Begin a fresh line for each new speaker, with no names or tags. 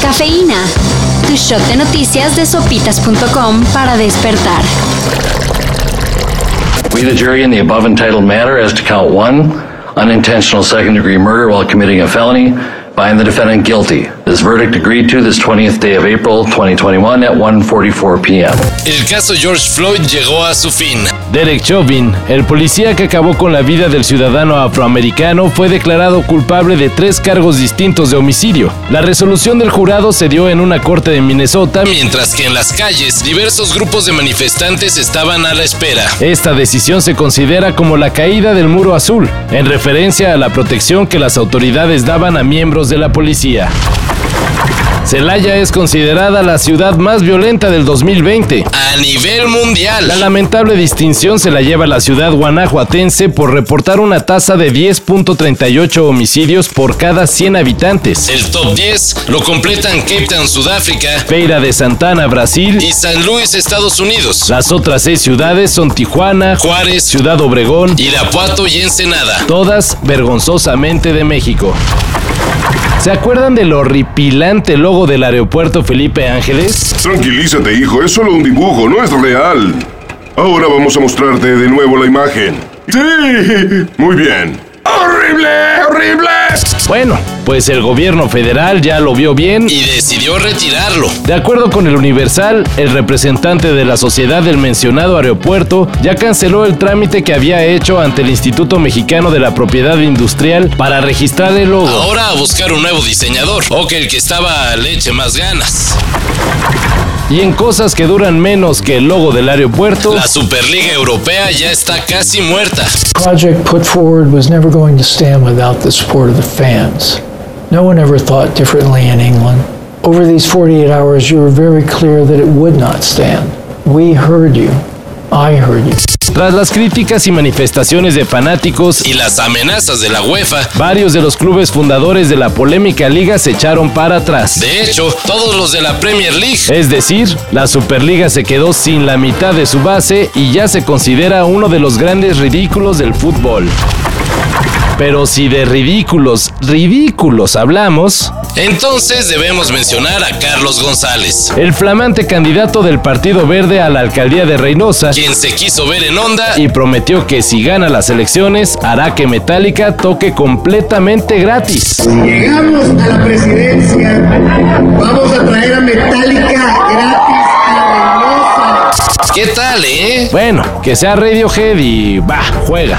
Cafeína. Tu shot de noticias de sopitas.com para despertar.
We, the jury, in the above entitled matter, as to count one, unintentional second degree murder while committing a felony, find the defendant guilty. This verdict agreed to this 20th day of April 2021 at 1:44 p.m.
El caso George Floyd llegó a su fin.
Derek Chauvin, el policía que acabó con la vida del ciudadano afroamericano, fue declarado culpable de tres cargos distintos de homicidio. La resolución del jurado se dio en una corte de Minnesota,
Mientras que en las calles, diversos grupos de manifestantes estaban a la espera.
Esta decisión se considera como la caída del muro azul, en referencia a la protección que las autoridades daban a miembros de la policía. Celaya es considerada la ciudad más violenta del 2020.
A nivel mundial.
La lamentable distinción se la lleva la ciudad guanajuatense por reportar una tasa de 10.38 homicidios por cada 100 habitantes.
El top 10 lo completan Cape Town, Sudáfrica
Feira de Santana, Brasil.
y San Luis, Estados Unidos.
Las otras seis ciudades son Tijuana,
Juárez,
Ciudad Obregón,
Irapuato y Ensenada.
todas vergonzosamente de México. ¿Se acuerdan del horripilante logo del aeropuerto Felipe Ángeles?
Tranquilízate, hijo, es solo un dibujo, no es real. Ahora vamos a mostrarte de nuevo la imagen. Sí. Muy bien. ¡Horrible! ¡Horrible!
Bueno, pues el gobierno federal ya lo vio bien
Y decidió retirarlo.
De acuerdo con el Universal, el representante de la sociedad del mencionado aeropuerto ya canceló el trámite que había hecho ante el Instituto Mexicano de la Propiedad Industrial para registrar el logo.
Ahora a buscar un nuevo diseñador. O que el que estaba le eche más ganas.
Y en cosas que duran menos que el logo del aeropuerto,
La Superliga Europea ya está casi muerta.
project put forward was never going to stand without the support of the fans. No one ever thought differently in England. Over these 48 hours, you were very clear that it would not stand. We heard you. I heard you.
tras las críticas y manifestaciones de fanáticos,
Y las amenazas de la UEFA.
varios de los clubes fundadores de la polémica liga se echaron para atrás.
De hecho, todos los de la Premier League.
Es decir, la Superliga se quedó sin la mitad de su base y ya se considera uno de los grandes ridículos del fútbol. Pero si de ridículos, ridículos hablamos,
Entonces debemos mencionar a Carlos González,
el flamante candidato del Partido Verde a la alcaldía de Reynosa
quien se quiso ver en onda
y prometió que si gana las elecciones hará que Metallica toque completamente gratis.
llegamos a la presidencia, vamos a traer a Metallica gratis a Mendoza.
¿Qué tal, eh?
Bueno, que sea Radiohead y va, juega.